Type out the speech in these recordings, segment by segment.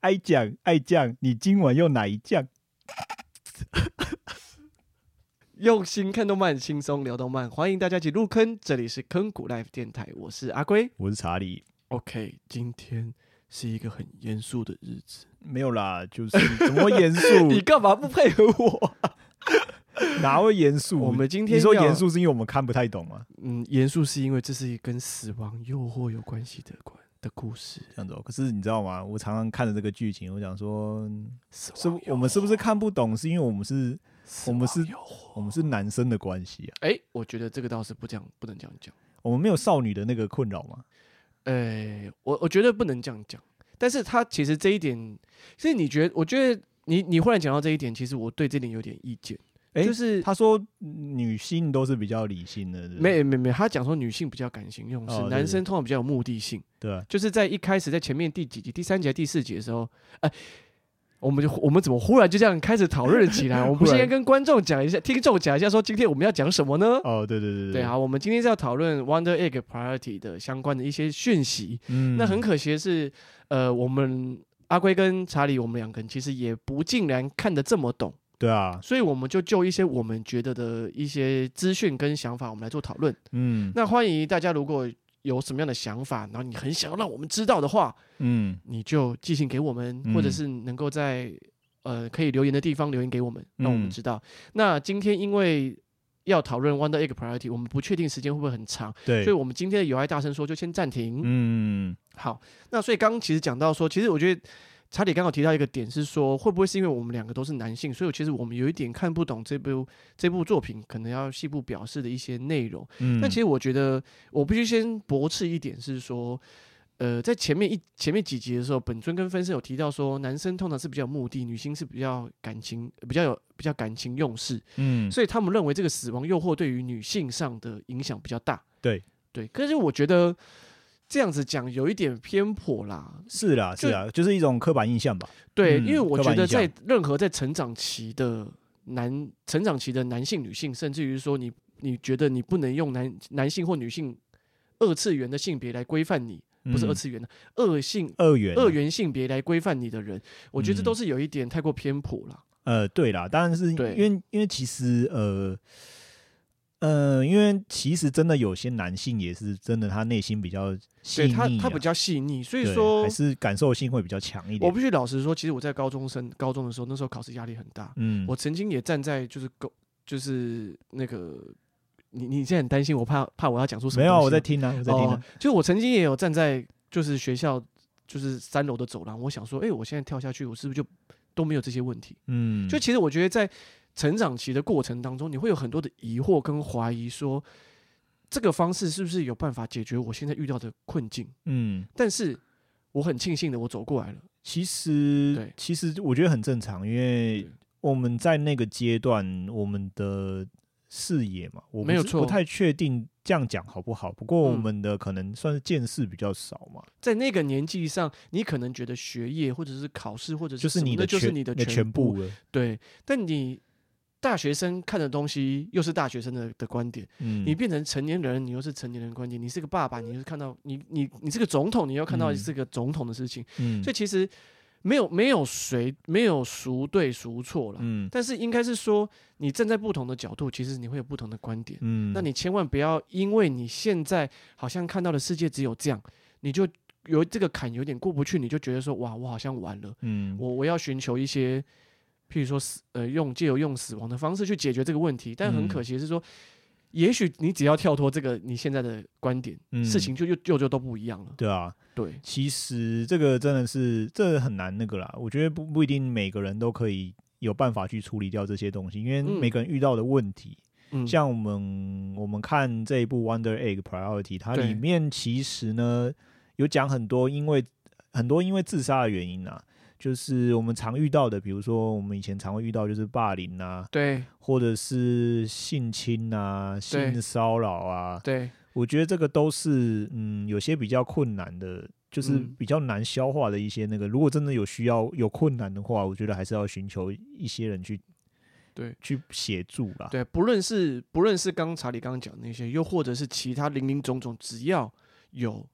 爱酱爱酱，你今晚用哪一酱？用心看动漫，轻松聊动漫，欢迎大家一起入坑。这里是坑谷 Life 电台，我是阿龟。我是查理， OK，今天是一个很严肃的日子，没有啦，就是怎么会严肃？ 你干嘛不配合我？哪会严肃？我们今天你说要严，肃是因为我们看不太懂吗？嗯，严肃是因为这是一个跟死亡、诱惑有关系的关的故事。这样子哦。可是你知道吗？我常常看着这个剧情，我想说，死是亡我们是不是看不懂？是因为我们是死我亡们是诱惑我们是男生的关系啊，哎、我觉得这个倒是不这样，不能这样讲。我们没有少女的那个困扰嘛。哎、我我觉得不能这样讲。但是他其实这一点，其实你觉得，我觉得你你忽然讲到这一点，其实我对这点有点意见，哎就是他说女性都是比较理性的，对不对没没没，他讲说女性比较感情用事，哦对男对生通常比较有目的性。对啊，就是在一开始在前面第几集、第三集、第四集的时候，哎、我们就我们怎么忽然就这样开始讨论了起 来？我们不是忽应然该跟观众讲一下、听众讲一下，说今天我们要讲什么呢？哦，对对对对，好，我们今天是要讨论 Wonder Egg Priority 的相关的一些讯息。嗯，那很可惜的是，呃，我们阿龟跟查理，我们两个人其实也不尽然看得这么懂，对啊，所以我们就就一些我们觉得的一些资讯跟想法，我们来做讨论。嗯那欢迎大家，如果有什么样的想法，然后你很想要让我们知道的话，嗯你就寄信给我们，嗯或者是能够在呃可以留言的地方留言给我们，嗯让我们知道。那今天因为要讨论 Wonder Egg Priority，我们不确定时间会不会很长，对，所以我们今天的有爱大声说就先暂停。嗯好，那所以刚刚其实讲到说，其实我觉得。查理刚好提到一个点是说，会不会是因为我们两个都是男性，所以其实我们有一点看不懂这部这部作品可能要细部表示的一些内容。嗯，但其实我觉得，我必须先驳斥一点是说，呃，在前面一前面几集的时候，本尊跟分身有提到说，男生通常是比较有目的，女性是比较感情比较有比较感情用事，嗯所以他们认为这个死亡诱惑对于女性上的影响比较大。对对，可是我觉得这样子讲有一点偏颇啦。是啦是啦，就是一种刻板印象吧。对，嗯因为我刻觉板得印象在任何在成长期的男成长期的男性、女性，甚至于说你你觉得你不能用男男性或女性二次元的性别来规范你，不是嗯二次元的、恶性二元啊二元性别来规范你的人，我觉得嗯这都是有一点太过偏颇了。呃，对啦，当然是因对为因为其实呃呃，因为其实真的有些男性也是真的，他内心比较细对腻、他啊，他比较细腻，所以对说还是感受性会比较强一我点。必须老实说，其实我在高中生高中的时候，那时候考试压力很大，嗯，我曾经也站在就是狗就是那个。你你现在很担心我怕怕我要讲出什么没有啊，东西我在吗听啊，我在听哦啊。。就是我曾经也有站在就是学校就是三楼的走廊，我想说，哎、我现在跳下去，我是不是就都没有这些问题？嗯，就其实我觉得在成长期的过程当中，你会有很多的疑惑跟怀疑说这个方式是不是有办法解决我现在遇到的困境？嗯，但是我很庆幸的，我走过来了。其对实其实我觉得很正常，因为对我们在那个阶段，我们的视野嘛，我不没有是错不太确定这样讲好不好。不过我嗯们的可能算是见识比较少嘛，在那个年纪上，你可能觉得学业或者是考试或者就是什么你那的就是全你的全部，了。 对。但你大学生看的东西又是大学生的的观点。嗯，你变成成年人，你又是成年人的观点；你是个爸爸，你又是看到你你你是个总统，你又看到嗯是个总统的事情。嗯所以其实没有没有谁没有孰对孰错了，嗯但是应该是说你站在不同的角度，其实你会有不同的观点。嗯，那你千万不要因为你现在好像看到的世界只有这样，你就有这个坎有点过不去，你就觉得说哇，我好像完了，嗯我我要寻求一些，譬如说死呃用借由用死亡的方式去解决这个问题，但很嗯可惜是说，也许你只要跳脱这个你现在的观点，嗯事情就又就就都不一样了。对啊，对，其实这个真的是这很难那个啦，我觉得不不一定每个人都可以有办法去处理掉这些东西，因为嗯每个人遇到的问题，嗯，像我们我们看这一部《Wonder Egg Priority》，它对里面其实呢有讲很多因为很多因为自杀的原因啊，就是我们常遇到的，比如说我们以前常会遇到就是霸凌啊，对或者是性侵啊、性骚扰啊，对我觉得这个都是嗯，有些比较困难的，就是嗯比较难消化的一些那个。如果真的有需要有困难的话，我觉得还是要寻求一些人去对去协助啦。对，不论是不论是刚查理刚刚讲的那些，又或者是其他零零种种，只要有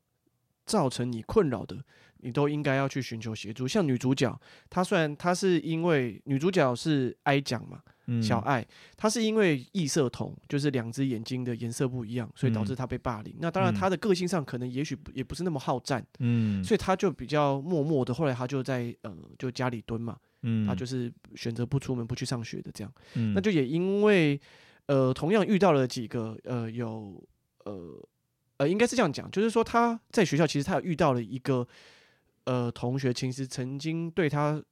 造成你困扰的，你都应该要去寻求协助。像女主角，她虽然她是因为女主角是哀讲嘛，嗯小爱，她是因为异色瞳，就是两只眼睛的颜色不一样，所以导致她被霸凌。那当然，嗯她的个性上可能也许不也不是那么好战，嗯，所以她就比较默默的。后来她就在呃，就家里蹲嘛，以她就是选择不出门、不去上学的这样。那那就也因为呃，同样遇到了几个呃有呃呃，应该是这样讲，就是说他在学校其实他有遇到了一个呃同学，其实曾经对他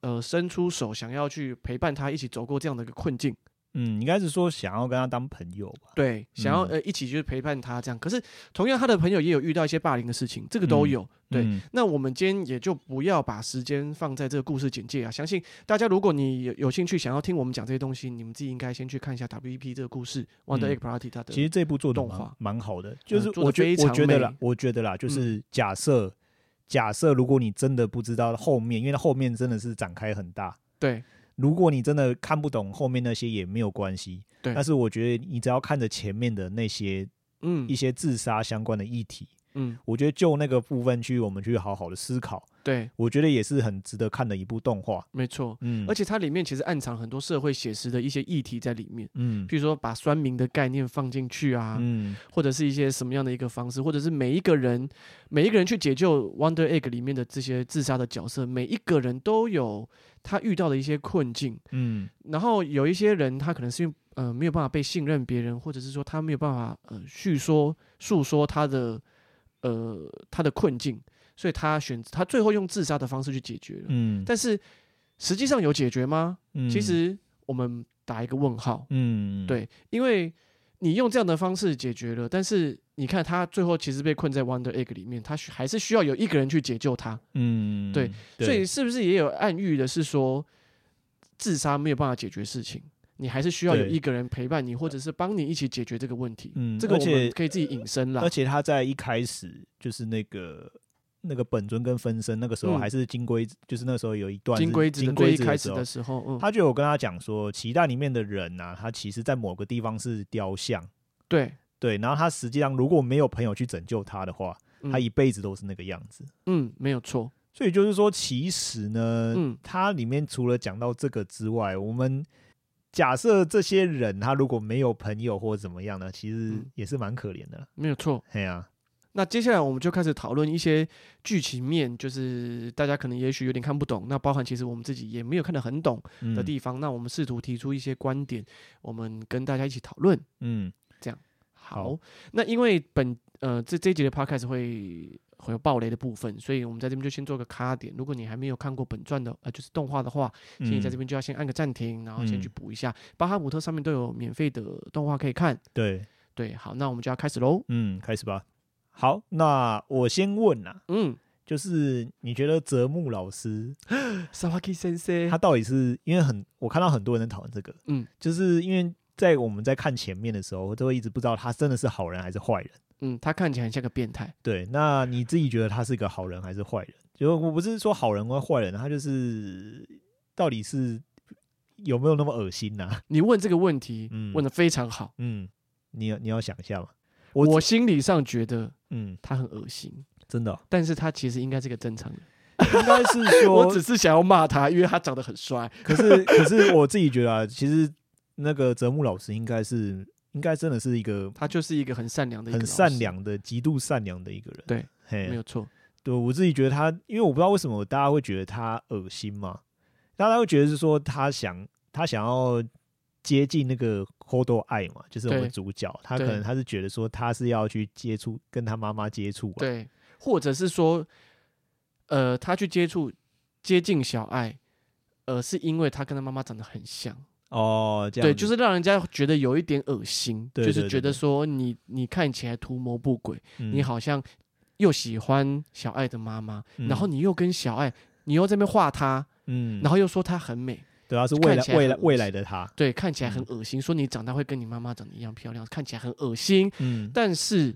呃伸出手，想要去陪伴他一起走过这样的一个困境，嗯，应该是说想要跟他当朋友吧，对，想要嗯呃一起就是陪伴他这样。可是同样他的朋友也有遇到一些霸凌的事情，这个都嗯有，对。嗯那我们今天也就不要把时间放在这个故事简介啊。相信大家，如果你有有兴趣想要听我们讲这些东西，你们自己应该先去看一下 WEP 这个故事《Wonder Egg Party》它的。嗯其实这部做的动蛮画嗯蛮好的，就是做得我觉非常我觉得啦美，嗯我觉得啦，就是假设、假设如果你真的不知道后面，因为它后面真的是展开很大，对如果你真的看不懂后面那些也没有关系，对但是我觉得你只要看着前面的那些嗯一些自杀相关的议题，嗯，我觉得就那个部分去我们去好好的思考，对，我觉得也是很值得看的一部动画。没错。嗯，而且且它里面其实暗藏很多社会写实的一些议题在里面，嗯譬如说把酸民的概念放进去啊，嗯或者是一些什么样的一个方式，或者是每一个人每一个人去解救 Wonder Egg 里面的这些自杀的角色，每一个人都有他遇到的一些困境。嗯然后有一些人，他可能是因为呃没有办法被信任别人，或者是说他没有办法呃叙说诉说他的呃他的困境，所以他选择他最后用自杀的方式去解决了。嗯，但是实际上有解决吗？嗯其实我们打一个问号，嗯对，因为你用这样的方式解决了，但是你看他最后其实被困在 Wonder Egg 里面，他需还是需要有一个人去解救他。嗯对所以是不是也有暗喻的是说，自杀没有办法解决事情，你还是需要有对一个人陪伴你，或者是帮你一起解决这个问题。嗯这个而我们且可以自己引申啦而。且他在一开始就是那个那个本尊跟分身那个时候嗯还是金龟子，就是那时候有一段是金龟子的金最龟一子开时始候的，时候，嗯，他就有跟他讲说，脐带里面的人啊，他其实在某个地方是雕像，对，对，然后他实际上如果没有朋友去拯救他的话，嗯他一辈子都是那个样子。嗯，没有错，所以就是说，其实呢，嗯它里面除了讲到这个之外，我们假设这些人他如果没有朋友或怎么样呢，其实嗯也是蛮可怜的。没有错。嘿啊呀、那接下来我们就开始讨论一些剧情面，就是大家可能也许有点看不懂，那包含其实我们自己也没有看得很懂嗯的地方。那我们试图提出一些观点，我们跟大家一起讨论。嗯，好，好那因为本呃这这一集的 podcast 会会有暴雷的部分，所以我们在这边就先做个卡点。如果你还没有看过本传的呃就是动画的话，请你在这边边就要先按个暂停，然后先去嗯补一下。巴哈姆特上面都有免费的动画可以看。对，对，好，那我们就要开始喽。嗯，开始吧。好，那我先问啊，嗯就是你觉得泽木老师，Sawaki 先生他，到底是因为很，我看到很多人在讨论这个，嗯，就是因为在我们在看前面的时候，都会一直不知道他真的是好人还是坏人。嗯，他看起来很像个变态。对，那你自己觉得他是个好人还是坏人？就我不是说好人或坏人，他就是到底是有没有那么恶心呐、 你问这个问题、嗯问的非常好，嗯，你要你要想一下嘛。我我心理上觉得嗯，他很恶心，真 的哦、但是他其实应该是个正常人。应该是 我说只，是想要骂他，因为他长得很帅。可是可是我自己觉得啊，其实那个泽木老师应该是应该真的是一个他就是一个很善良的一个很老善师，良欸的、极度善良的一个人。对，嘿没有错。对我自己觉得他，因为我不知道为什么大家会觉得他恶心嘛，大家会觉得是说他想他想要接近那个 h o d o 爱嘛，就是我对们主角，他可对能他是觉得说他是要去接触跟他妈妈接触、啊，，对，或者是说，呃，他去接触接近小爱，呃，是因为他跟他妈妈长得很像，哦，这样对，子就是让人家觉得有一点恶心，对就对是觉对得对说你你看起来图谋不轨，你，好像又喜欢小爱的妈妈，嗯然后你又跟小爱，你又在那边画她，嗯，然后后又说她很美，对啊他是未看来起来未来很恶未来的他，对，看起来很嗯恶心，说你长大会跟你妈妈长得一样漂亮，看起来很恶心，嗯，但是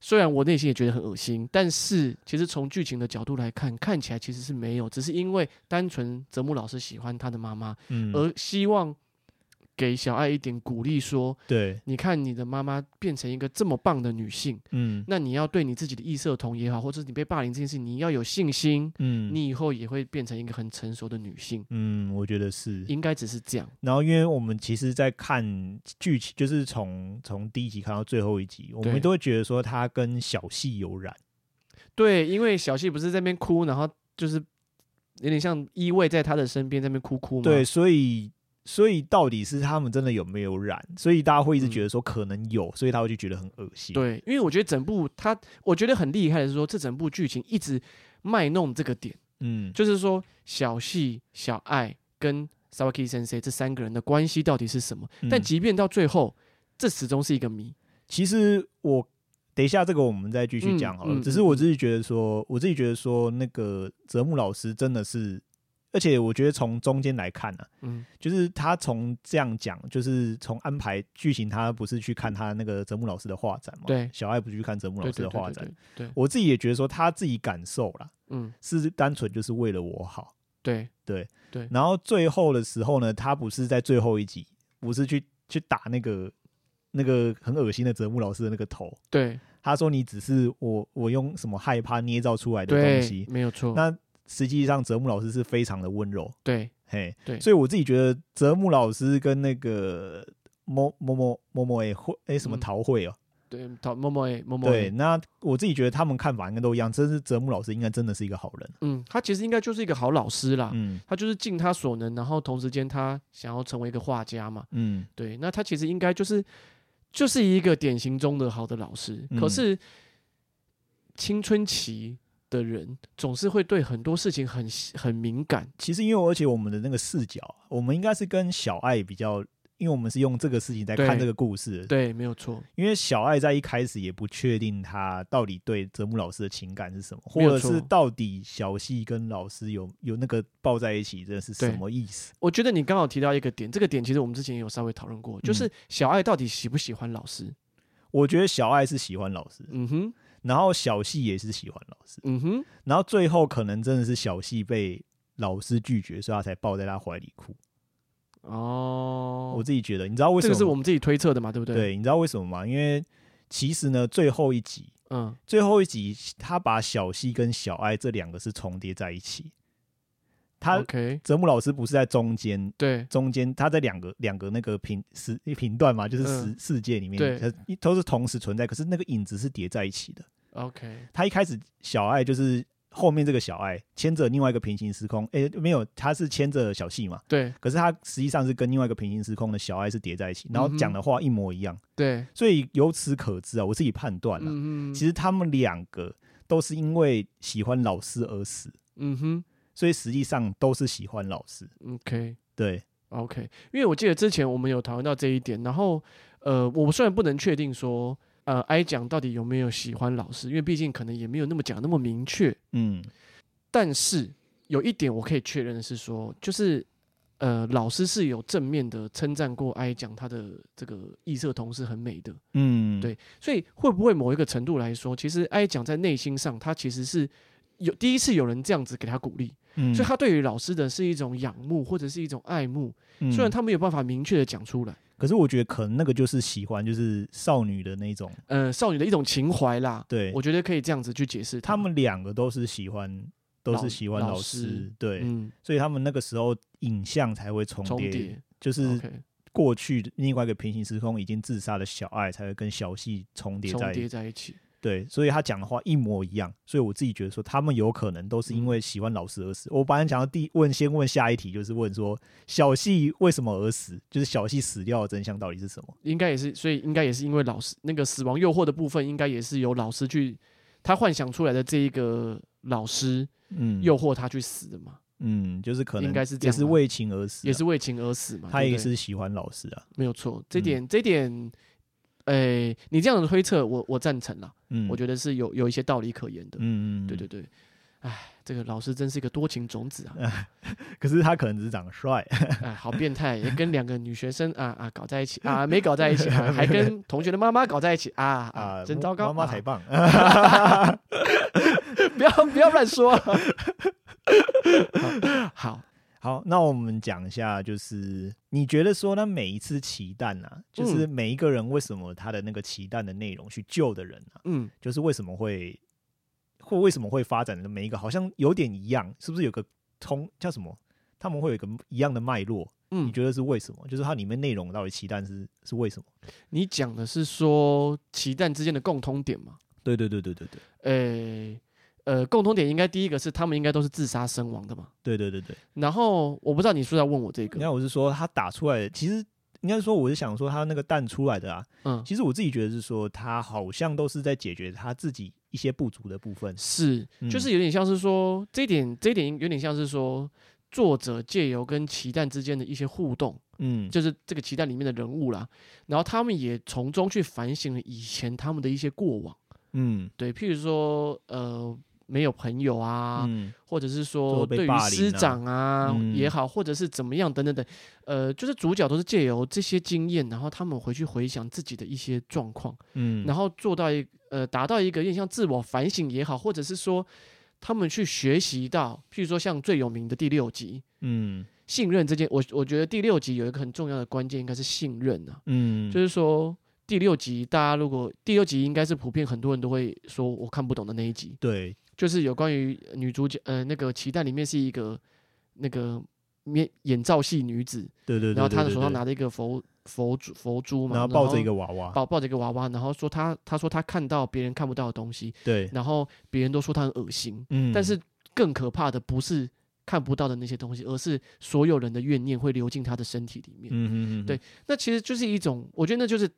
虽然我内心也觉得很恶心，但是其实从剧情的角度来看，看起来其实是没有，只是因为单纯泽木老师喜欢他的妈妈，嗯而希望给小爱一点鼓励，说，对，你看你的妈妈变成一个这么棒的女性，嗯那你要对你自己的异色瞳也好，或者是你被霸凌这件事，你要有信心，嗯，你以后也会变成一个很成熟的女性，嗯，我觉得是。应该只是这样。然后，因为我们其实，在看剧情，就是从从第一集看到最后一集，我对们都会觉得说他跟小戏有染。对，因为小希不是在那边哭，然后就是有点像依偎在他的身边在那边哭哭嘛。对，所以所以到底是他们真的有没有染？所以大家会一直觉得说可能有，所以他会就觉得很恶心。，嗯对，因为我觉得整部他，我觉得很厉害的是说，这整部剧情一直卖弄这个点，嗯，就是说小希、小爱跟 Sawaki Sensei 这三个人的关系到底是什么？但嗯即便到最后，这始终是一个谜。其实我等一下这个我们再继续讲好了。嗯嗯只是我自己觉得说，我自己觉得说，那个泽木老师真的是，而且我觉得从中间来看呢、啊，嗯，就是他从这样讲，就是从安排剧情，他不是去看他那个泽木老师的画展嘛？对小爱不是去看泽木老对师对的画对展对。对，我自己也觉得说，他自己感受啦，嗯，是单纯就是为了我好。对然后最后的时候呢，他不是在最后一集，不是去去打那个那个很恶心的泽木老师的那个头。对他说你只是我我用什么害怕捏造出来的东对，西。没有错。那实际上泽木老师是非常的温柔，对嘿，对所以我自己觉得泽木老师跟那个某某某某某诶会诶什么嗯桃会哦，对，桃默默诶，默默对，诶，那我自己觉得他们看法应该都一样，真是泽木老师应该真的是一个好人，嗯，他其实应该就是一个好老师啦。嗯他就是尽他所能，然后同时间他想要成为一个画家嘛，嗯对，那他其实应该就是就是一个典型中的好的老师。嗯可是青春期的人总是会对很多事情很很敏感，其实因为而且我们的那个视角，我们应该是跟小爱比较，因为我们是用这个事情在看对这个故事。，对，没有错，因为小爱在一开始也不确定他到底对泽木老师的情感是什么，或没有者错是到底小戏跟老师有有那个抱在一起，这是什么意思？我觉得你刚好提到一个点，这个点其实我们之前也有稍微讨论嗯过，就是小爱到底喜不喜欢老师？我觉得小爱是喜欢老师，嗯哼，然后小戏也是喜欢老师，嗯哼，然后最后可能真的是小戏被老师拒绝，所以他才抱在他怀里哭。哦，我自己觉得，你知道为什这么吗？个是我们自己推测的嘛，对不对？，对，你知道为什么吗？因为其实呢，最后一集。嗯，最后一集，他把小西跟小爱这两个是重叠在一起。他 OK，泽木老师不是在中间，对中间他在两个两个那个频时频段嘛，就是嗯时世界里面，对可是都是同时存在，可是那个影子是叠在一起的。 ，OK，他一开始小爱就是后面这个小爱牵着另外一个平行时空，诶，没有，他是牵着小西嘛，对可是他实际上是跟另外一个平行时空的小爱是叠在一起，然后嗯哼讲的话一模一样，对，所以由此可知啊，我自己判断了、嗯哼，其实他们两个都是因为喜欢老师而死，嗯哼所以实际上都是喜欢老师。 ，OK。对， OK，因为我记得之前我们有讨论到这一点，然后呃，我虽然不能确定说呃，I 讲到底有没有喜欢老师，因为毕竟可能也没有那么讲那么明确，嗯但是有一点我可以确认的是说，就是呃，老师是有正面的称赞过 I 讲他的这个异色瞳是很美的，嗯，对所以会不会某一个程度来说，其实 I 讲在内心上他其实是。有第一次有人这样子给他鼓励，嗯，所以他对于老师的是一种仰慕或者是一种爱慕，嗯虽然，他没有办法明确的讲出来。可是我觉得可能那个就是喜欢，就是少女的那种。呃少女的一种情怀啦。对我，觉得可以这样子去解释它他，们两个都是喜欢，都老是喜欢老老师师。对，嗯，所以他们那个时候影像才会重重叠，叠就是 OK，过去另外一个平行时空已经自杀的小爱才会跟小戏重叠重在叠在一起。对，所以他讲的话一模一样，所以我自己觉得说，他们有可能都是因为喜欢老师而死。我本来想要第问，先问下一题，就是问说小戏为什么而死，就是小戏死掉的真相到底是什么？应该也是，所以应该也是因为老师那个死亡诱惑的部分，应该也是由老师去他幻想出来的这一个老师嗯，诱惑他去死的嘛，嗯，就是可能应该是这也样啊是为情而死啊、也是为情而死嘛，他对也不对是喜欢老师啊。没有错，这点、这点，诶、你这样的推测我我赞成啦，嗯，我得，觉得是有有一些道理可言的，嗯嗯，对对。对，哎，这个老师真是一个多情种子啊， 可是他可能只是长得帅，哎，好变态，也跟两个女学生啊啊搞在一起 啊，没搞在一起啊，还跟同学的妈妈搞在一起啊啊，啊，真糟糕，妈妈啊才棒。 不要不要乱说。好， 好，那我们讲一下，就是你觉得说，那每一次骑蛋啊，就是每一个人为什么他的那个骑蛋的内容去救的人啊，嗯，就是为什么会或为什么会发展的每一个好像有点一样，是不是有个通叫什么？他们会有一个一样的脉络，嗯你觉得是为什么？就是它里面内容到底骑蛋是是为什么？你讲的是说骑蛋之间的共通点嘛？对对对对对对呃呃，共通点应该第一个是他们应该都是自杀身亡的嘛。对对对对。然后我不知道你是不是要问我这你个，看，我是说它打出来的，其实应该说我是想说它那个蛋出来的啊，嗯，其实我自己觉得是说，他好像都是在解决他自己一些不足的部分。是，就嗯是有点像是说这一点，这一点有点像是说作者借由跟奇蛋之间的一些互动，嗯，就是这个奇蛋里面的人物啦，然后他们也从中去反省了以前他们的一些过往，嗯对，譬如说呃没有朋友啊，嗯或者是或说者被对于霸凌师啊长啊嗯也好，或者是怎么样等等等，呃，就是主角都是借由这些经验，然后他们回去回想自己的一些状况，嗯，然后做到一呃达到一个有点像自我反省也好，或者是说他们去学习到，譬如说像最有名的第六集嗯信任这件，我我觉得第六集有一个很重要的关键应该是信任啊，嗯，就是说。第六集，大家如果第六集应该是普遍很多人都会说我看不懂的那一集，对，就是有关于女主角，呃，那个脐带里面是一个那个面眼罩系女子，对对对，然后她的对手上，对拿着一个佛佛珠佛珠对嘛，然后抱着一个娃娃，抱抱着一个娃娃，然后说她她说她看到别人看不到的东西，对，然后别人都说她很恶心，嗯，但是更可怕的不是看不到的那些东西，而是所有人的怨念会流进她的身体里嗯面。嗯嗯，对那其实就是一种，我觉得那就是，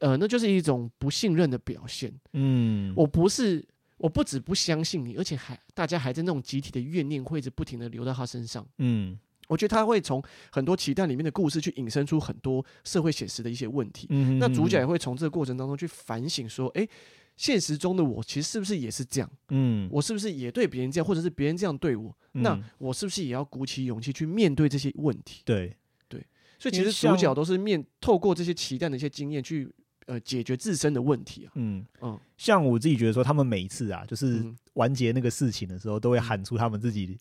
呃，那就是一种不信任的表现。嗯，我不是，我不止不相信你，而且还大家还在那种集体的怨念会一直不停的流到他身上。嗯我觉得他会从很多期待里面的故事去引申出很多社会写实的一些问题。嗯，那主角也会从这个过程当中去反省，说，诶，现实中的我其实是不是也是这样？嗯，我是不是也对别人这样，或者是别人这样对我？嗯那我是不是也要鼓起勇气去面对这些问题？对所以因其为实主角像都是面透过这些期待的一些经验去呃解决自身的问题啊。嗯。嗯像我自己觉得说，他们每一次啊，就是嗯，完结那个事情的时候，都会喊出他们自己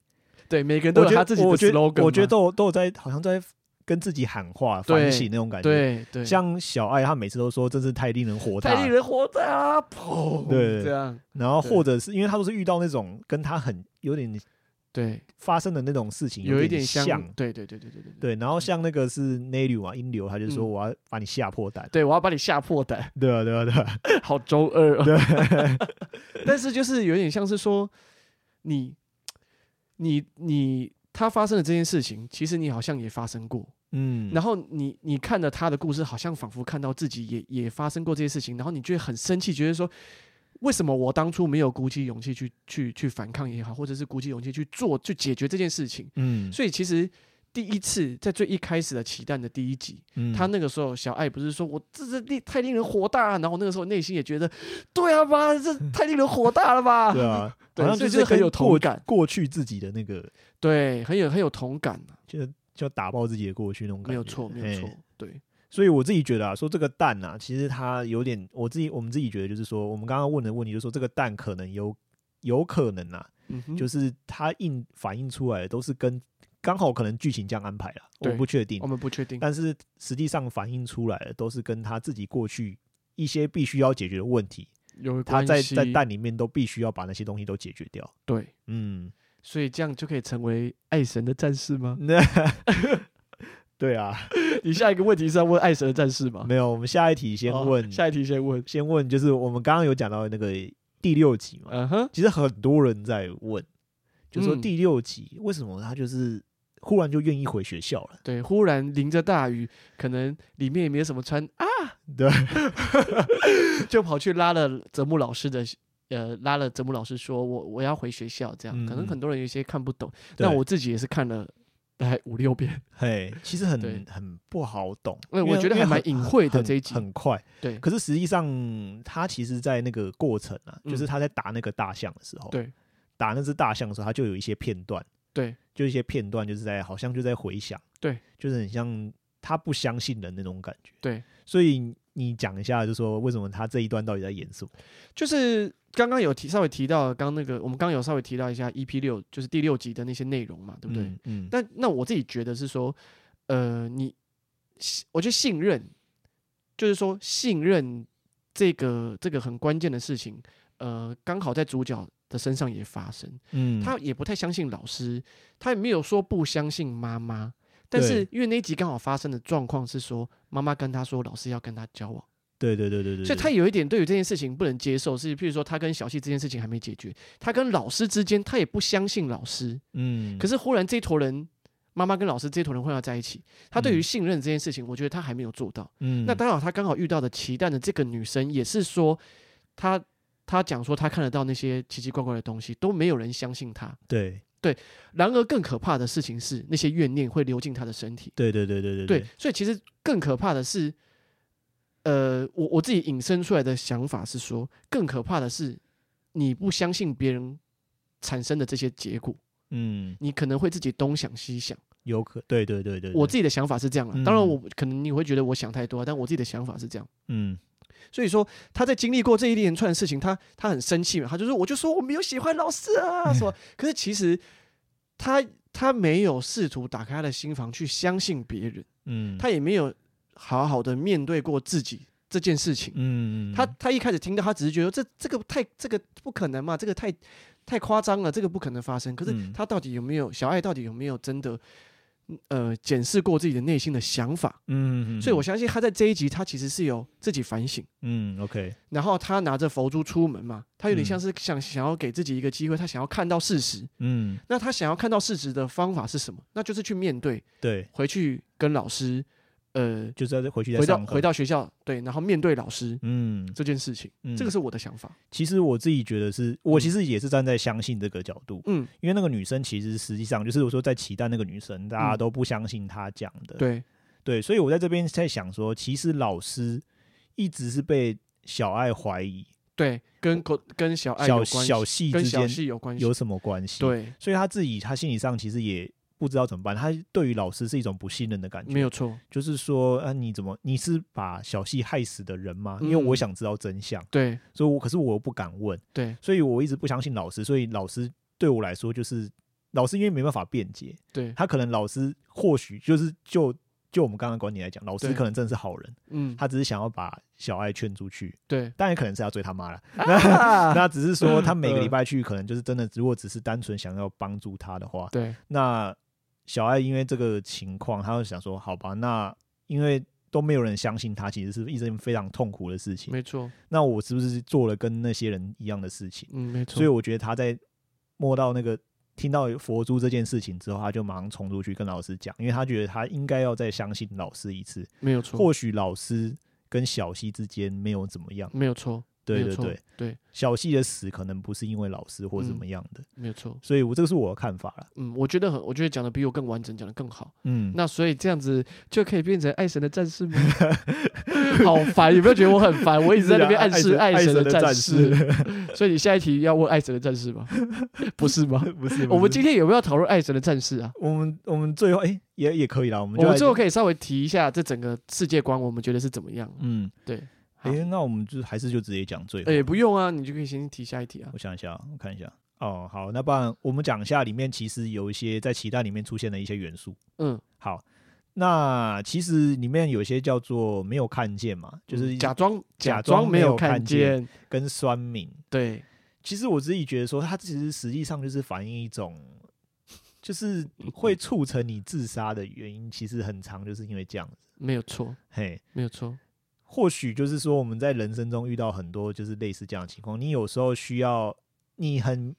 对，每个人都我有觉他得自己的我觉 slogan 得我觉嘛得都有都有在，好像在跟自己喊话、对反省那种感觉。，对对，像小爱，她每次都说真是太令人火大太令了。人火大，啊砰，对这样，然后或者是因为她都是遇到那种跟她很有点对，发生的那种事情，有一一点像。对对对对对对对，对，然后像那个是内流啊，英流，他就说嗯我要把你吓破胆。 对我要把你吓破胆，对啊，对啊，对啊，好周二、哦， 但是就是有点像是说，你，你你他发生了这件事情，其实你好像也发生过，嗯，然后你你看了他的故事，好像仿佛看到自己也也发生过这些事情，然后你就会很生气，觉得说。为什么我当初没有鼓起勇气去去去反抗也好，或者是鼓起勇气去做去解决这件事情？嗯，所以其实第一次在最一开始的期待的第一集，嗯他那个时候小爱不是说我这是令太令人火大、然后我那个时候内心也觉得，对啊妈，这太令人火大了吧？对啊， 对好像所以是就很跟有同过感过去自己的那个，对，很有很有同感啊、就就打爆自己的过去那种感觉。没有错，没嘿有错，对，所以我自己觉得啊，说这个蛋啊，其实它有点，我自己我们自己觉得就是说，我们刚刚问的问题就是说，这个蛋可能有有可能啊，嗯哼，就是它印反映出来的都是跟刚好可能剧情这样安排了，我对不确定我，们不确定，但是实际上反映出来的都是跟他自己过去一些必须要解决的问题，有他关在系在蛋里面都必须要把那些东西都解决掉。对，嗯，？所以这样就可以成为爱神的战士吗 对啊， 你下一个问题是要问爱神的战士吗？没有，我们下一题先哦问，下一题先 问，先问就是我们刚刚有讲到那个第六集嘛，嗯哼，其实很多人在问，就说嗯第六集为什么他就是忽然就愿意回学校了？对，忽然淋着大雨，可能里面也没有什么穿啊， 对，就跑去拉了泽木老师的，呃，拉了泽木老师说，我我要回学校，这样、可能嗯很多人有一些看不懂，对但我自己也是看了大概五六遍，嘿，其实对很很不好懂，哎因为我觉因得为还蛮很隐晦的很这一集很快。对可是实际上，他其实，在那个过程啊，嗯就是他在打那个大象的时候，对，打那只大象的时候，他就有一些片段，对，就一些片段，就是在好像就在回想，对，就是很像他不相信的那种感觉，对，所以你讲一下，就说为什么他这一段到底在演什么？就是刚刚有提稍微提到，刚那个我们刚刚有稍微提到一下 EP 六，就是第六集的那些内容嘛，对不对？嗯？嗯，但那我自己觉得是说，呃，你信我觉得信任，就是说信任这个这个很关键的事情，呃，刚好在主角的身上也发生。嗯，他也不太相信老师，他也没有说不相信妈妈，但是因为那一集刚好发生的状况是说，妈妈跟他说老师要跟他交往，对对对对对，所以他有一点对于这件事情不能接受，是譬如说他跟小细这件事情还没解决，他跟老师之间他也不相信老师，嗯，可是是忽然这一坨人。妈妈跟老师这一坨人混到在一起，他对于嗯信任这件事情，我觉得他还没有做到。嗯，那刚好他刚好遇到的奇蛋的这个女生，也是说，他他讲说他看得到那些奇奇怪怪的东西，都没有人相信他。对然而更可怕的事情是，那些怨念会流进他的身体。对对对对对，所以其实更可怕的是，呃，我我自己引申出来的想法是说，更可怕的是你不相信别人产生的这些结果，嗯，你可能会自己东想西想。有可对对对对，对我自己的想法是这样了，嗯当然我可能你会觉得我想太多啊，但我自己的想法是这样。嗯所以说他在经历过这一连串的事情，他他很生气嘛，他就说我就说我没有喜欢老师 啊什么，可是其实他他没有试图打开他的心房去相信别人，嗯，他也没有好好的面对过自己这件事情。嗯他他一开始听到，他只是觉得这这个太这个不可能嘛，这个太太夸张了，这个不可能发生。可是嗯他到底有没有小爱到底有没有真的呃检视过自己的内心的想法？嗯，嗯所以我相信他在这一集他其实是有自己反省。嗯 OK 然后他拿着佛珠出门嘛，他有嗯点像是想想要给自己一个机会，他想要看到事实。嗯那他想要看到事实的方法是什么？那就是去面对，对，回去跟老师，呃，就是要回去再回到上课回到学校，对，然后面对老师嗯，这件事情，嗯这个是嗯我的想法。其实我自己觉得是，我其实也是站在相信这个角度，嗯，因为那个女生其实实际上就是我说在期待那个女生，大家嗯都不相信她讲的，对，对，所以我在这边在想说，其实老师一直是被小爱怀疑，对，跟狗跟小爱有小关系，小细跟之小间细有关系有，什么关系？，对，所以他自己他心理上其实也不知道怎么办，他对于老师是一种不信任的感觉，没有错，就是说啊，你怎么你是把小细害死的人吗？因为嗯我想知道真相，对所以我可是我又不敢问，对所以我一直不相信老师，所以老师对我来说就是老师，因为没办法辩解，对，他可能老师或许就是就就我们刚刚观点来讲，老师对可能真的是好人，嗯，他只是想要把小爱劝出去，对，当然可能是要追他妈了。啊那只是说他每个嗯礼拜去，可能就是真的，如果只是单纯想要帮助他的话，对那小爱因为这个情况，他就想说，好吧，那因为。都没有人相信他，其实是一件非常痛苦的事情。没错，那我是不是做了跟那些人一样的事情？嗯，没错，所以我觉得他在摸到那个听到佛珠这件事情之后，他就马上冲出去跟老师讲，因为他觉得他应该要再相信老师一次，没有错，或许老师跟小西之间没有怎么样，没有错，没对有对错对，，对，嗯小西的死可能不是因为老师或怎么样的，没有错。所以我这个是我的看法了，嗯，我觉得很，我觉得讲的比我更完整，讲的更好。嗯。那所以这样子就可以变成爱神的战 士吗？好烦，有没有觉得我很烦？我一直 在那边暗示是啊爱神神的的战战士士。所以你下一题要问爱神的战士吗？ 不是吗？ 不是我不们是今天有没有讨论爱神的战士啊？我们我们最后哎、也也可以啦，我们我就们来最后可以稍微提一下这整个世界观，我们觉得是怎么样？嗯对，哎、好那我们就还是就直接讲最后哎、不用啊，你就可以先提下一题啊。我想一下，我看一下。哦，好，那不然我们讲一下里面其实有一些在脐带里面出现的一些元素。嗯，好，那其实里面有一些叫做没有看见嘛，就是嗯假装假装装没没有看看见，跟酸敏。对，其实我自己觉得说，它其实实际上就是反映一种，就是会促成你自杀的原因，其实很长就是因为这样子。没有错，嘿，没有错。或许就是说我们在人生中遇到很多就是类似这样的情况，你有时候需要你很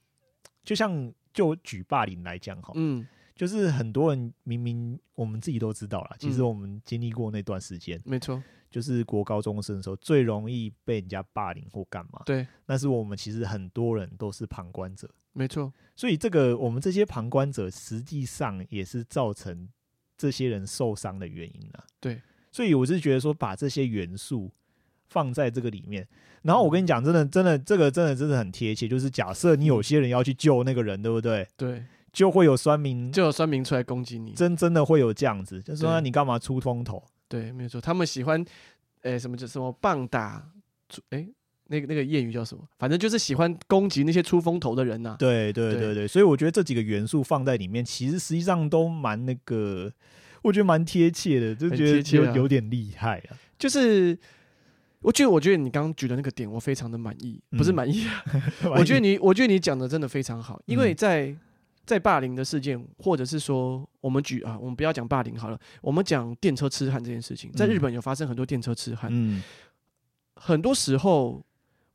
就像就举霸凌来讲好了，嗯，就是很多人明明我们自己都知道啦，其实嗯我们经历过那段时间，没错，就是国高中生的时候最容易被人家霸凌或干嘛，对，但是我们其实很多人都是旁观者，没错，所以这个我们这些旁观者实际上也是造成这些人受伤的原因啊。对，所以我是觉得说把这些元素放在这个里面，然后我跟你讲，真的，真的，这个真的真的很贴切，就是假设你有些人要去救那个人，对不对？对，就会有酸民，就有酸民出来攻击你。真真的会有这样子，就是说对啊你干嘛出风头？对，没有错，他们喜欢。哎、什么叫什么棒打，哎、那个那个谚语叫什么？反正就是喜欢攻击那些出风头的人呐、对对对对对，所以我觉得这几个元素放在里面，其实实际上都蛮那个，我觉得蛮贴切的，就很觉贴得切有啊有点厉害啊。就是我觉得，我觉得你刚刚举的那个点，我非常的满意，不是嗯满意啊，我觉得你，我觉得你讲的真的非常好，因为嗯在。在霸凌的事件，或者是说，我们举啊，我们不要讲霸凌好了，我们讲电车痴汉这件事情，在日嗯本有发生很多电车痴汉，嗯很多时候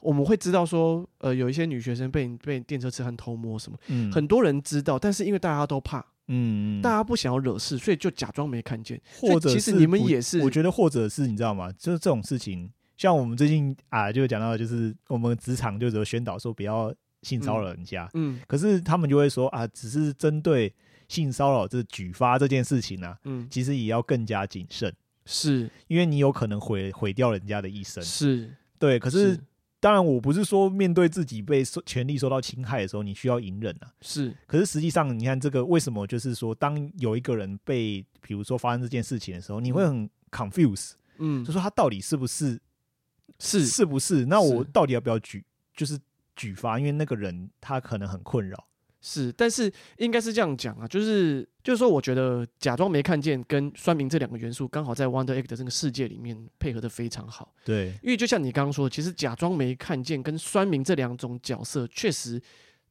我们会知道说，呃，有一些女学生被被电车痴汉偷摸什么，嗯很多人知道，但是因为大家都怕，嗯，嗯大家不想要惹事，所以就假装没看见。所以或者其是实你们不也是，我觉得或者是你知道吗？就是这种事情，像我们最近啊，就讲到就是我们职场就只有宣导说不要性骚扰人家，嗯可是他们就会说啊，只是针对性骚扰这举发这件事情啊，嗯其实也要更加谨慎，是因为你有可能毁毁掉人家的一生。是，对，可是当然我不是说面对自己被受权利受到侵害的时候，你需要隐忍啊。是可是实际上，你看这个为什么就是说，当有一个人被比如说发生这件事情的时候，你会很 confuse，嗯就说他到底是不是是是不是？那我是到底要不要举就是举发？因为那个人他可能很困扰。是，但是应该是这样讲啊，就是就是说，我觉得假装没看见跟酸民这两个元素刚好在 Wonder Egg 的这个世界里面配合的非常好。对，因为就像你刚刚说的，其实假装没看见跟酸民这两种角色，确实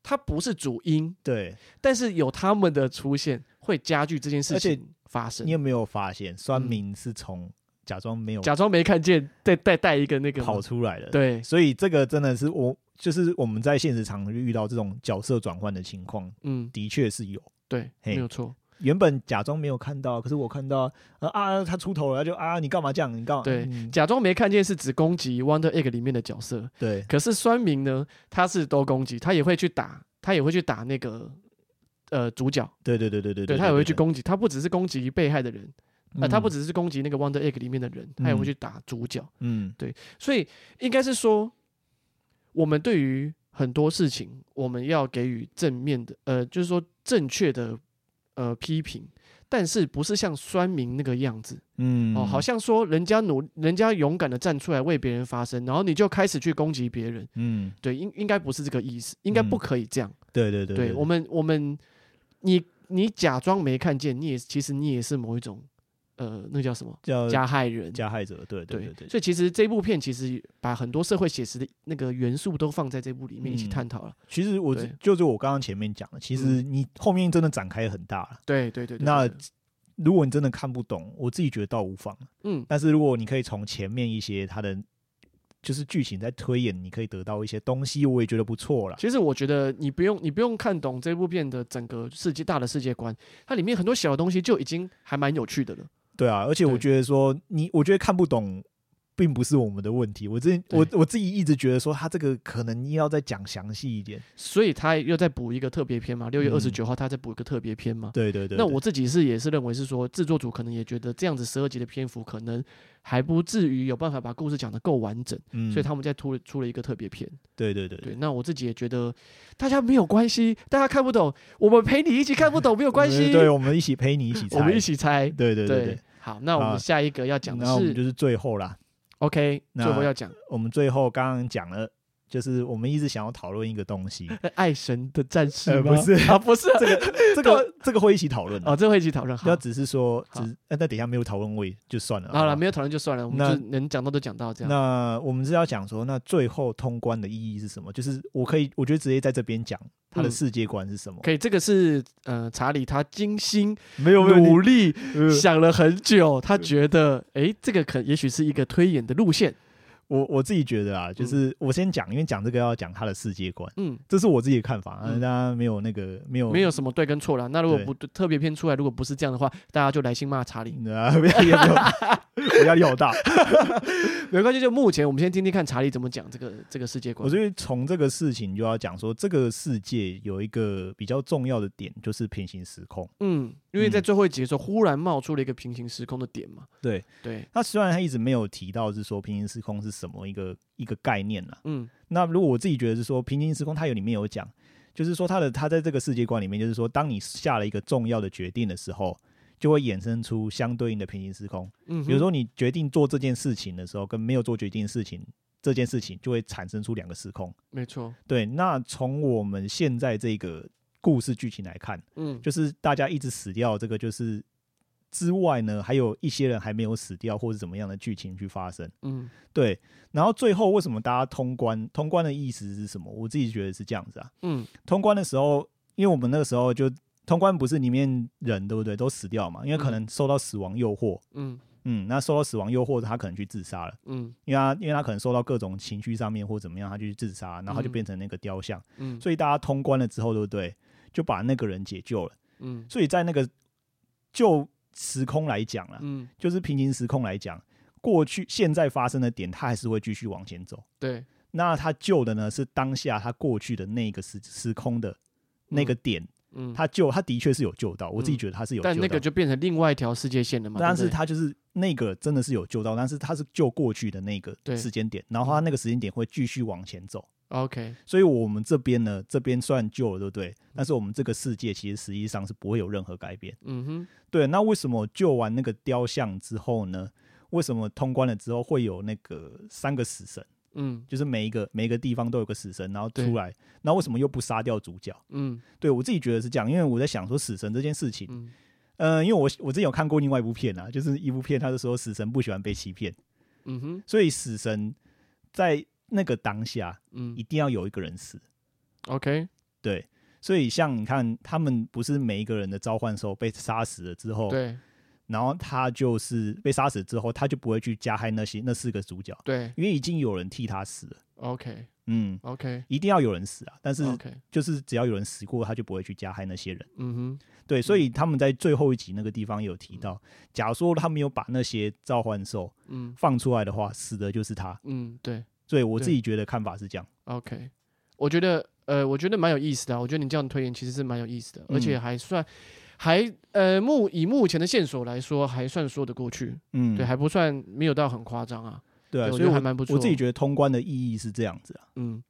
它不是主因，对，但是有他们的出现会加剧这件事而且情发生你。有没有发现酸民是从假装没有嗯假装没看见，再再带一个那个跑出来的？，对，所以这个真的是我，就是我们在现实场遇到这种角色转换的情况，嗯，的确是有。对，嘿没有错，原本假装没有看到，可是我看到呃啊，他出头了，他就啊，你干嘛这样？你干嘛？对嗯假装没看见是指攻击 Wonder Egg 里面的角色，对可是酸民呢，他是都攻击，他也会去打，他也会去打那个呃主角，对对对对对嗯对他也会去，攻击，他不只是攻击被害的人，对呃，他不，对只是攻击那个 Wonder Egg 里面的人，他也嗯会去打主角，嗯所以应该是说，我们对于很多事情，我们要给予正面的，呃，就是说正确的呃批评，但是不是像酸民那个样子。嗯，哦，好，像说人家努，人家勇敢的站出来为别人发声，然后你就开始去攻击别人，嗯，对，应应该不是这个意思，应该嗯不可以这样。对对对对我们，我们，你你假装没看见，你也其实你也是某一种，呃，那叫什么叫加害人？加害者，对对对所以其实这部片其实把很多社会写实的那个元素都放在这部里面一起嗯探讨了。其实我对嗯就是我刚刚前面讲的，其实你后面真的展开很大了。对对对对那对如果你真的看不懂，我自己觉得倒无妨。嗯但是如果你可以从前面一些它的就是剧情在推演，你可以得到一些东西，我也觉得不错了。其实我觉得你不用你不用看懂这部片的整个世界大的世界观，它里面很多小的东西就已经还蛮有趣的了。对啊，而且我对觉得说你，我觉得看不懂。并不是我们的问题，我自我我自己一直觉得说他这个可能要再讲详细一点。所以他又在补一个特别篇嘛，六月嗯二十九号他在补一个特别篇嘛。对对对那对我自己是也是认为是说，制作组可能也觉得这样子十二集的篇幅可能还不至于有办法把故事讲得够完整，嗯，所以他们在出了出了一个特别篇。对对对对，那我自己也觉得大家没有关系，大家看不懂，我们陪你一起看不懂没有关嗯系，对，我们一起陪你一起猜，我们一起猜。对对对对，好，那我好们下一个要讲的那我们是就是最后啦， OK，那最后要讲我们最后刚刚讲了，就是我们一直想要讨论一个东 西，呃爱神的战士呃吗？不是啊，不是啊这个这个这个会一起讨论的哦，。这会一起讨论。好要，只是说，只好呃那等一下没有讨论位就算了。好了，不没有讨论就算了，我们那就能讲到都讲到这样。那我们是要讲说，那最后通关的意义是什么？就是我可以，我觉得直接在这边讲他的嗯世界观是什么。可以，这个是呃，查理他精心没有努力呃想了很久，他觉得诶，这个可也许是一个推演的路线。我我自己觉得啊，就是我先讲，因为讲这个要讲他的世界观，嗯，这是我自己的看法，啊嗯大家没有那个没有没有什么对跟错啦。那如果对哦不对特别偏出来，如果不是这样的话，大家就来信骂查理。啊，不要也 没有，我压力好大。没关系，就目前我们先听听看查理怎么讲这个这个世界观。我觉得从这个事情就要讲说，这个世界有一个比较重要的点，就是平行时空。嗯，因为在嗯最后一集的时候，忽然冒出了一个平行时空的点嘛。对，对，那虽然他一直没有提到是说平行时空是什么一个一个概念啊啦，嗯那如果我自己觉得是说平行时空，它有里面有讲，就是说它的它在这个世界观里面，就是说当你下了一个重要的决定的时候，就会衍生出相对应的平行时空。嗯哼，比如说，你决定做这件事情的时候，跟没有做决定的事情，这件事情就会产生出两个时空。没错，对，那从我们现在这个故事剧情来看，嗯，就是大家一直死掉，这个就是之外呢，还有一些人还没有死掉，或是怎么样的剧情去发生。嗯对，然后最后为什么大家通关？通关的意思是什么？我自己觉得是这样子啊。嗯，通关的时候，因为我们那个时候就通关不是里面人对不对都死掉嘛？因为可能受到死亡诱惑，嗯嗯，那受到死亡诱惑，他可能去自杀了。嗯因为他因为他可能受到各种情绪上面或怎么样，他就去自杀，然后他就嗯变成那个雕像。嗯，所以大家通关了之后，对不对？就把那个人解救了。嗯所以在那个就时空来讲啦，嗯，就是平行时空来讲，过去现在发生的点，他还是会继续往前走。对，那他救的呢是当下他过去的那个时时空的那个点，嗯，他救他的确是有救到，我自己觉得他是有救到。但那个就变成另外一条世界线了嘛，但对是不对他就是那个真的是有救到，但是他是救过去的那个对时间点，然后他那个时间点会继续往前走。 OK，所以我们这边呢，这边算旧了，对不对？但是我们这个世界其实实际上是不会有任何改变。嗯哼，对，那为什么救完那个雕像之后呢？为什么通关了之后会有那个三个死神？嗯就是每一个每一个地方都有个死神，然后对出来，那为什么又不杀掉主角？嗯对我自己觉得是这样，因为我在想说死神这件事情，嗯，呃，因为我我之前有看过另外一部片啊，就是一部片，他就说死神不喜欢被欺骗，嗯哼，所以死神在那个当下一嗯定要有一个人死， ，OK，对，所以像你看，他们不是每一个人的召唤兽被杀死了之后，对然后他就是被杀死之后，他就不会去加害那些那四个主角，对因为已经有人替他死了， ，OK 嗯， OK 一定要有人死啊，但是 OK，就是只要有人死过，他就不会去加害那些人。嗯嗯哼，对，所以他们在最后一集那个地方有提到，假如说他没有把那些召唤兽嗯放出来的话，死的就是他。嗯，对所以我自对己觉得看法是这样。 ，OK，我觉得呃，我觉得蛮有意思的啊，我觉得你这样推演其实是蛮有意思的，而且嗯还算还呃目以目前的线索来说，还算说得过去，嗯，对，还不算没有到很夸张啊，对啊，对我所觉以得我还蛮不错，我自己觉得通关的意义是这样子啊。嗯，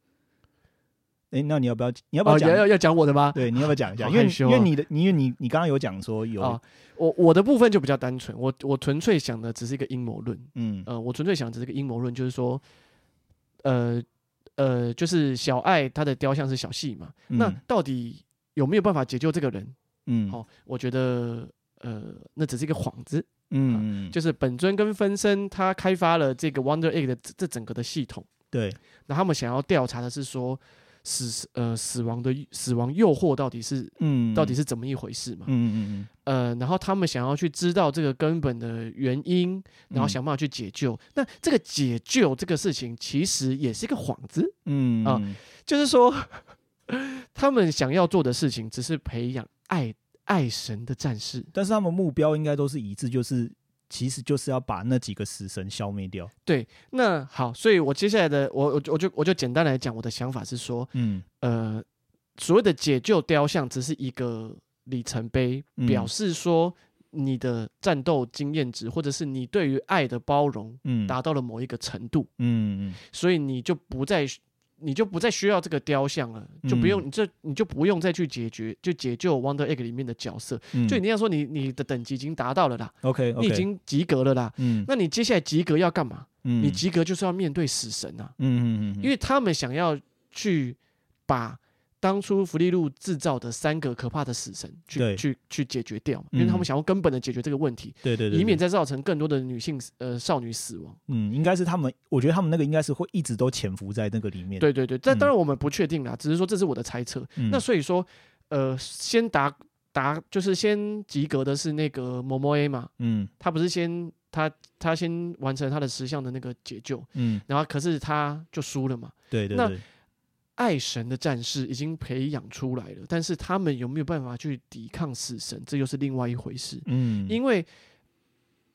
哎，那你要不要你要不哦，要讲要？要要讲我的吗？对，你要不要讲一下？好因为害你羞因为啊你的，因为你你刚刚有讲说有啊，我我的部分就比较单纯，我我纯粹想的只是一个阴谋论。嗯呃，我纯粹想的只是一个阴谋论，就是说，呃呃，就是小爱她的雕像是小细嘛，那嗯到底有没有办法解救这个人？嗯哦，我觉得呃，那只是一个幌子，嗯嗯，就是本尊跟分身他开发了这个 Wonder Egg 的这这整个的系统，对，那他们想要调查的是说死呃死亡的死亡诱惑到底是。嗯，到底是怎么一回事嘛？嗯嗯嗯呃，然后他们想要去知道这个根本的原因，嗯，然后想办法去解救。那这个解救这个事情，其实也是一个幌子，嗯啊嗯就是说， 他们想要做的事情，只是培养爱爱神的战士。但是他们目标应该都是一致，就是其实就是要把那几个死神消灭掉。那好，所以我接下来的，我我就我就我就简单来讲，我的想法是说，嗯呃，所谓的解救雕像，只是一个里程碑，嗯表示说你的战斗经验值，或者是你对于爱的包容，嗯达到了某一个程度。嗯嗯所以你就不再需你就不再需要这个雕像了，就不用、嗯你这你就不用再去解决就解救 Wonder Egg 里面的角色，嗯，就你那样说你你的等级已经达到了啦， OK，你已经及格了啦。嗯那你接下来及格要干嘛？嗯你及格就是要面对死神啊，嗯嗯嗯，因为他们想要去把当初福利路制造的三个可怕的死神去对去去解决掉嘛，因为他们嗯想要根本的解决这个问题，对对对，以免对再造成更多的女性死呃少女死亡。嗯，应该是他们，我觉得他们那个应该是会一直都潜伏在那个里面。，对对对，但嗯当然我们不确定啦，只是说这是我的猜测。嗯、那所以说，呃，先达达就是先及格的是那个某某 A 嘛，嗯他不是先他他先完成他的十项的那个解救，嗯，然后可是他就输了嘛。对对那对，爱神的战士已经培养出来了，但是他们有没有办法去抵抗死神，这又是另外一回事。嗯，因为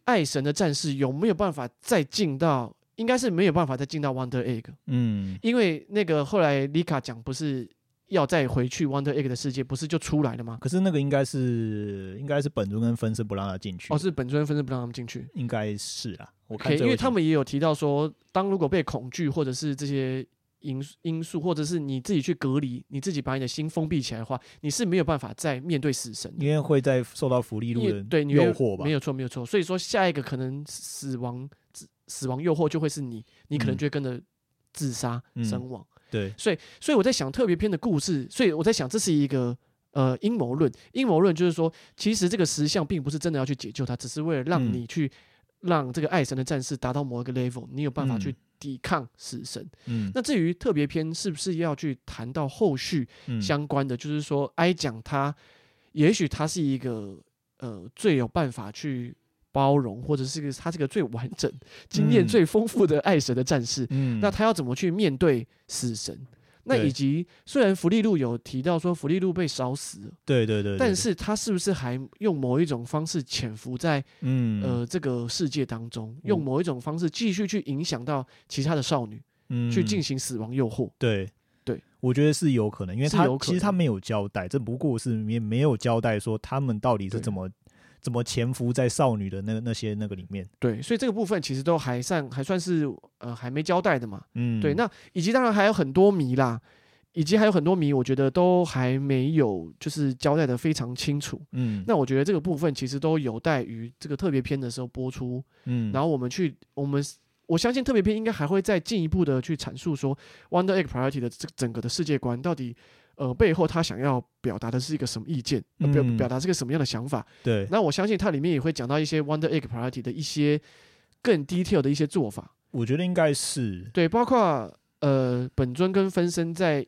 爱神的战士有没有办法再进到，应该是没有办法再进到 Wonder Egg。嗯因为那个后来丽卡讲不是要再回去 Wonder Egg 的世界，不是就出来了吗？可是那个应该是应该是本尊跟分身不让他进去，哦，是本尊分身不让他们进去。应该是啦。我看 OK，最后因为一他集们也有提到说，当如果被恐惧或者是这些因素因素，或者是你自己去隔离，你自己把你的心封闭起来的话，你是没有办法再面对死神的。因为会在受到福利路因为人对你诱会惑吧没。有错，没有错。所以说，下一个可能死亡死死亡诱惑就会是你，你可能嗯就会跟着自杀嗯身亡。对，所以，所以我在想特别篇的故事，所以我在想这是一个呃阴谋论。阴谋论就是说，其实这个石像并不是真的要去解救它，只是为了让嗯你去、让这个爱神的战士达到某一个 level，你有办法去嗯抵抗死神。嗯，那至于特别篇是不是要去谈到后续嗯相关的，就是说哀讲他，也许他是一个呃最有办法去。包容，或者是一个他这个最完整、经验嗯最丰富的爱神的战士，嗯，那他要怎么去面对死神？那对以及虽然福利路有提到说福利路被烧死了，对对对，对但是他是不是还用某一种方式潜伏在嗯呃这个世界当中，用某一种方式继续去影响到其他的少女，嗯去进行死亡诱惑？对对，我觉得是有可能，因为是他有可其实他能没有交代，这不过是没没有交代说他们到底是对怎么怎么潜伏在少女的那那些那个里面。对，所以这个部分其实都还算还算是呃还没交代的嘛。嗯，对，那以及当然还有很多谜啦，以及还有很多谜，我觉得都还没有就是交代的非常清楚。嗯那我觉得这个部分其实都有待于这个特别篇的时候播出，嗯，然后后我们去，我们我相信特别篇应该还会再进一步的去阐述说 Wonder Egg Priority 的这整个的世界观到底，呃，背后他想要表达的是一个什么意见，呃、表嗯表达是个什么样的想法。对，那我相信它里面也会讲到一些 Wonder Egg Priority 的一些更 detail 的一些做法，我觉得应该是对，包括呃本尊跟分身在。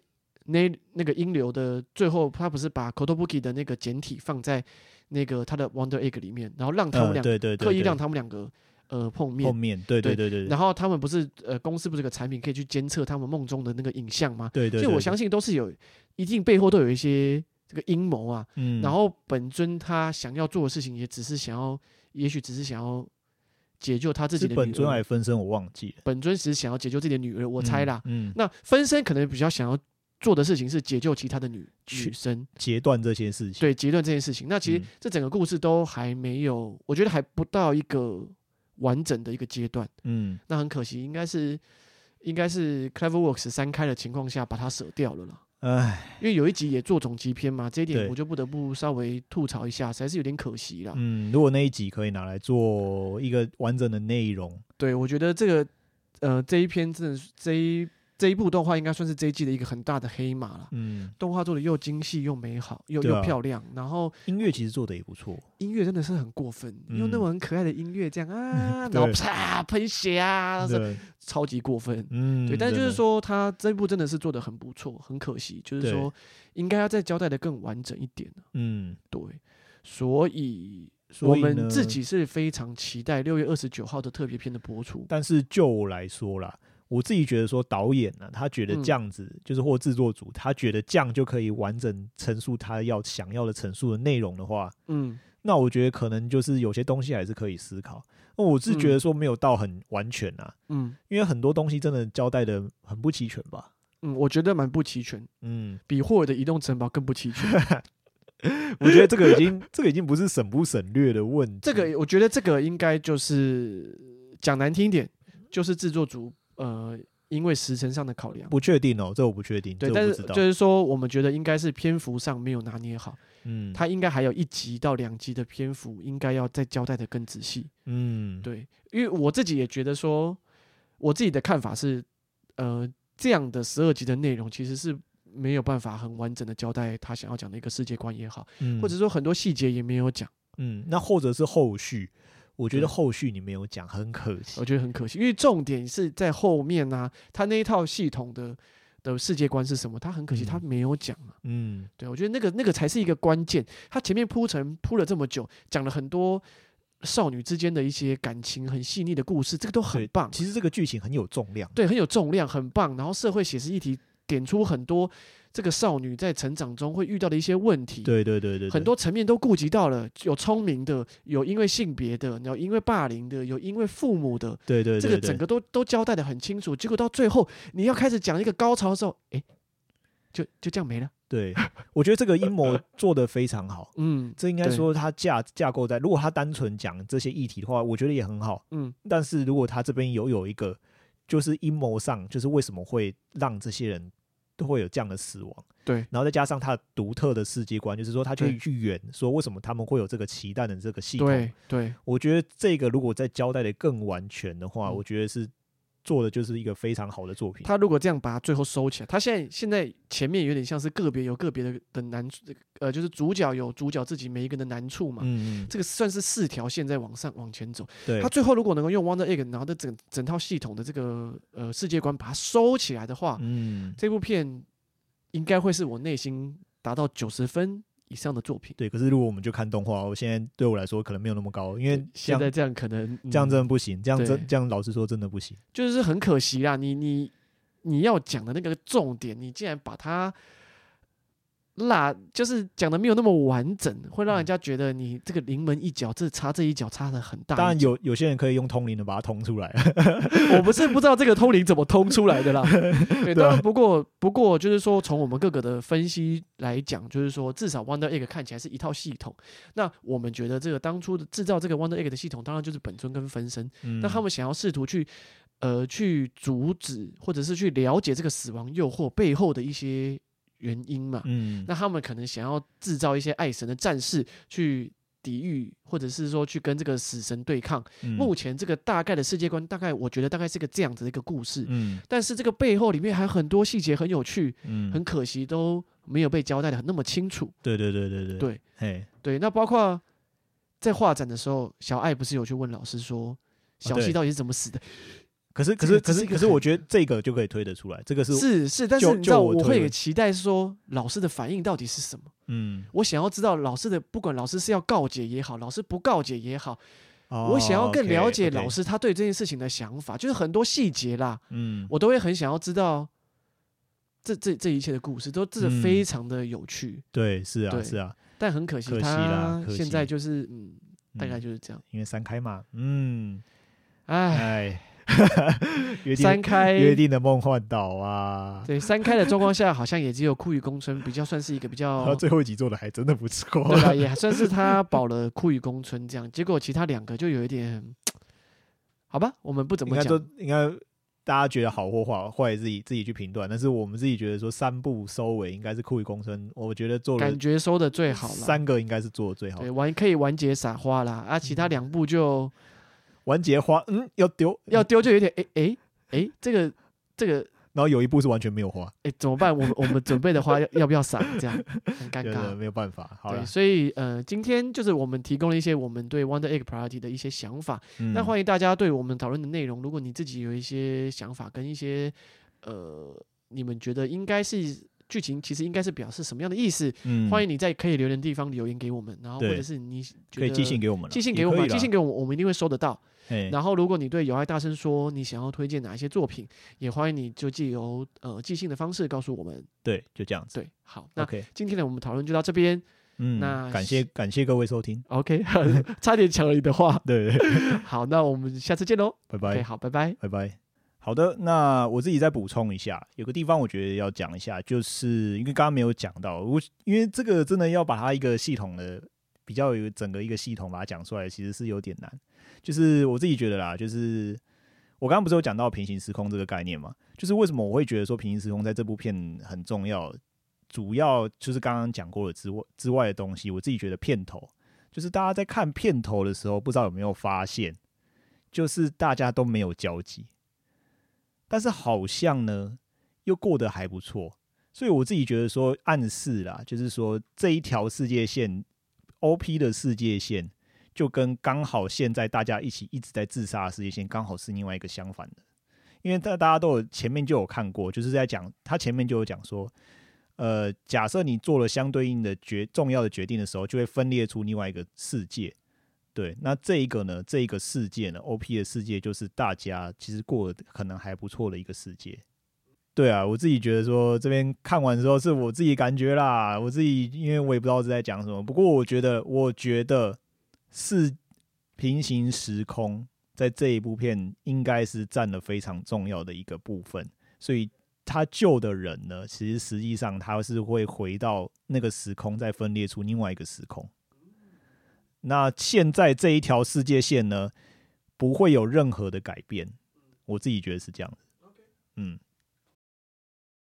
那那个音流的最后，他不是把 Kotobuki 的那个简体放在那个他的 Wonder Egg 里面，然后让他们呃两对对对，刻意对让他们两个呃碰面后，面对对对对对然后他们不是呃公司不是有个产品可以去监测他们梦中的那个影像吗？对对，所以我相信，信都是有一定背后都有一些这个阴谋啊。嗯，然后本尊他想要做的事情也只是想要，也许只是想要解救他自己是的本女尊儿还分身，我忘记了，本尊只是想要解救自己的女儿，我嗯猜啦。嗯，那分身可能比较想要做的事情是解救其他的女去女生，截断这些事情，对，结论这件事情。那其实嗯这整个故事都还没有，我觉得还不到一个完整的一个阶段。嗯，那很可惜，应该是应该是 Cleverworks 三开的情况下把它舍掉了啦。哎，因为有一集也做总集篇嘛，这一点对我就不得不稍微吐槽一下，实在是有点可惜啦。嗯，如果那一集可以拿来做一个完整的内容，对，我觉得这个呃这一篇真的是这一这一部动画应该算是这一季的一个很大的黑马了。嗯，动画做的又精细又美好又、对啊又漂亮，然后音乐其实做的也不错，音乐真的是很过分，嗯用那么很可爱的音乐这样 啊，对然后啪喷血啊，是对，超级过分。嗯，对，但是就真是的说，他这一部真的是做的很不错，很可惜，就是对说应该要再交代的更完整一点啊嗯，对，所以所我以们呢自，己是非常期待六月二十九号的特别片的播出。但是就我来说啦，我自己觉得说导演呢、他觉得嗯这样子、就是或制作组，他觉得这样就可以完整陈述他要想要的陈述的内容的话，嗯，那我觉得可能就是有些东西还是可以思考。那我是觉得说没有到很完全啊，嗯因为很多东西真的交代的很不齐全吧。嗯，我觉得蛮不齐全， 嗯，比霍尔的移动城堡更不齐全。我觉得这个已经这个已经不是省不省略的问题。这个我觉得这个应该就是讲难听一点，嗯就是制作组呃因为时辰上的考量。不确定哦，这我不确定，对，这但我不是知道。就是说，我们觉得应该是篇幅上没有拿捏好，嗯，它应该还有一集到两集的篇幅，应该要再交代的更仔细。嗯，对，因为我自己也觉得说，我自己的看法是，呃，这样的十二集的内容其实是没有办法很完整的交代他想要讲的一个世界观也好，嗯或者说很多细节也没有讲，嗯，那或者是后续，我觉对哦得后续你没有讲，很可惜我。觉得很可惜。因为重点是在后面啊，他那一套系统的的世界观是什么，他很可惜他嗯没有讲啊。嗯，对，我觉得那个那个才是一个关键。他前面铺陈铺了这么久，讲了很多少女之间的一些感情很细腻的故事，这个都很对棒，其实这个剧情很有重量。对，很有重量，很棒。然后社会写实议题点出很多这个少女在成长中会遇到的一些问题，对对对对，对很多层面都顾及到了，有聪明的，有因为性别的，然后因为霸凌的，有因为父母的，对对这对个对整个都都交代的很清楚。结果到最后你要开始讲一个高潮的时候，哎，就就这样没了。对，我觉得这个阴 谋做得非常好。嗯这应该说它架架构在，如果它单纯讲这些议题的话，我觉得也很好。嗯，但是如果它这边有有一个就是阴谋上，就是为什么会让这些人都会有这样的死亡。对，然后再加上他独特的世界观，就是说他可以对去圆说为什么他们会有这个期待的这个系统。对对我觉得这个如果再交代的更完全的话，嗯我觉得是做的就是一个非常好的作品。他如果这样把它最后收起来，他现在现在前面有点像是个别有个别的的难处，呃，就是主角有主角自己每一个人的难处嘛。嗯嗯，这个算是四条线在往上往前走。对他，最后如果能够用 Wonder Egg，然后的整整套系统的这个呃世界观把它收起来的话，嗯，这部片应该会是我内心达到九十分以上的作品。对。可是如果我们就看动画，我现在对我来说可能没有那么高，因为这现样在这样可能、嗯这样真的不行，这样对真这样老实说真的不行。就是很可惜啦。你你你要讲的那个重点，你竟然把它落，就是讲的没有那么完整，会嗯让人家觉得你这个临门一脚，这差这一脚差的很大。当然，有有些人可以用通灵的把它通出来， 我不是不知道这个通灵怎么通出来的啦。对，啊当然不过不过就是说，从我们各个的分析来讲，就是说至少 Wonder Egg 看起来是一套系统。那我们觉得这个当初的制造这个 Wonder Egg 的系统，当然就是本尊跟分身。嗯那他们想要试图去呃去阻止或者是去了解这个死亡诱惑背后的一些原因嘛？嗯那他们可能想要制造一些爱神的战士去抵御，或者是说去跟这个死神对抗。嗯目前这个大概的世界观，大概我觉得大概是个这样子的一个故事。嗯但是这个背后里面还有很多细节很有趣，嗯很可惜都没有被交代的那么清楚。对对对对对对，哎，对，那包括在画展的时候，小爱不是有去问老师说小哦对西到底是怎么死的？可是可这是个可这是是一个可是我很觉得这个就可以推得出来，这个是是是，但是就你知道，就我我推会论有期待说老师的反应到底是什么？嗯，我想要知道老师的，不管老师是要告解也好，老师不告解也好，我我想哦要更了解老，师他对这件事情的想法，就是很多细节啦，嗯，我都会很想要知道这这这一切的故事，都嗯真的非常的有趣，对，是啊对是啊，但很可惜可惜啦他可现在惜就是嗯，大概嗯就是这样，因为三开嘛，嗯，哎。哎， 约三定开约定的梦幻岛啊，对三开的状况下，好像也只有酷与公村比较算是一个比他 较最后一集做的还真的不错，哦 对吧？也算是他保了库与宫村这样，结果其他两个就有一点，好吧，我们不怎应么该讲都，应该大家觉得好或坏，坏自己自己去评断，但是我们自己觉得说三部收尾应该是酷与公孙，我觉得做了感觉收的最好了。三个应该是做的最好对，，完可以完结撒花啦，啊，其嗯他两部就完结花嗯要丢要，丢就有点，哎哎哎，这个这个，然后有一部是完全没有花，哎怎么办？我们我们准备的花要要不要撒？这样很尴对对，尬。没有办法，好了对，，所以呃，今天就是我们提供了一些我们对 Wonder Egg Priority 的一些想法，那迎欢迎大家对我们讨论的内容，如果你自己有一些想法跟一些呃，你们觉得应该是剧情其实应该是表示什么样的意思，嗯欢迎你在可以留言的地方留言给我们，然后或对者是你觉得可以寄信给我们啦，寄信也给我可们，啊以寄啦信给我们，我们一定会收得到。哎然后如果你对有爱大声说你想要推荐哪一些作品，也欢迎你就借由呃寄信的方式告诉我们。对，就这样子。对，好，那 OK，今天的我们讨论就到这边。嗯，那感谢感谢各位收听， OK，差点抢了你的 话。对 对，对好，那我们下次见喽。拜 OK，拜好，拜拜。拜拜。好的，那我自己再补充一下，有个地方我觉得要讲一下，就是因为刚刚没有讲到，我因为这个真的要把它一个系统的比较有整个一个系统把它讲出来，其实是有点难。就是我自己觉得啦，就是我刚刚不是有讲到平行时空这个概念嘛，就是为什么我会觉得说平行时空在这部片很重要，主要就是刚刚讲过的之外之外的东西，我自己觉得片头，就是大家在看片头的时候，不知道有没有发现，就是大家都没有交集，但是好像呢又过得还不错，所以我自己觉得说暗示啦，就是说这一条世界线 OP 的世界线。就跟刚好现在大家一起一直在自杀的世界线，刚好是另外一个相反的，因为大大家都有前面就有看过，就是在讲他前面就有讲说，呃，假设你做了相对应的决重要的决定的时候，就会分裂出另外一个世界。对，那这一个呢，这一个世界呢，OP 的世界就是大家其实过得可能还不错的一个世界。对啊，我自己觉得说这边看完之后是我自己感觉啦，我自己因为我也不知道是在讲什么，不过我觉得，我觉得是平行时空在这一部片应该是占了非常重要的一个部分，所以他救的人呢，其实实际上他是会回到那个时空，再分裂出另外一个时空。那现在这一条世界线呢，不会有任何的改变，我自己觉得是这样子。嗯，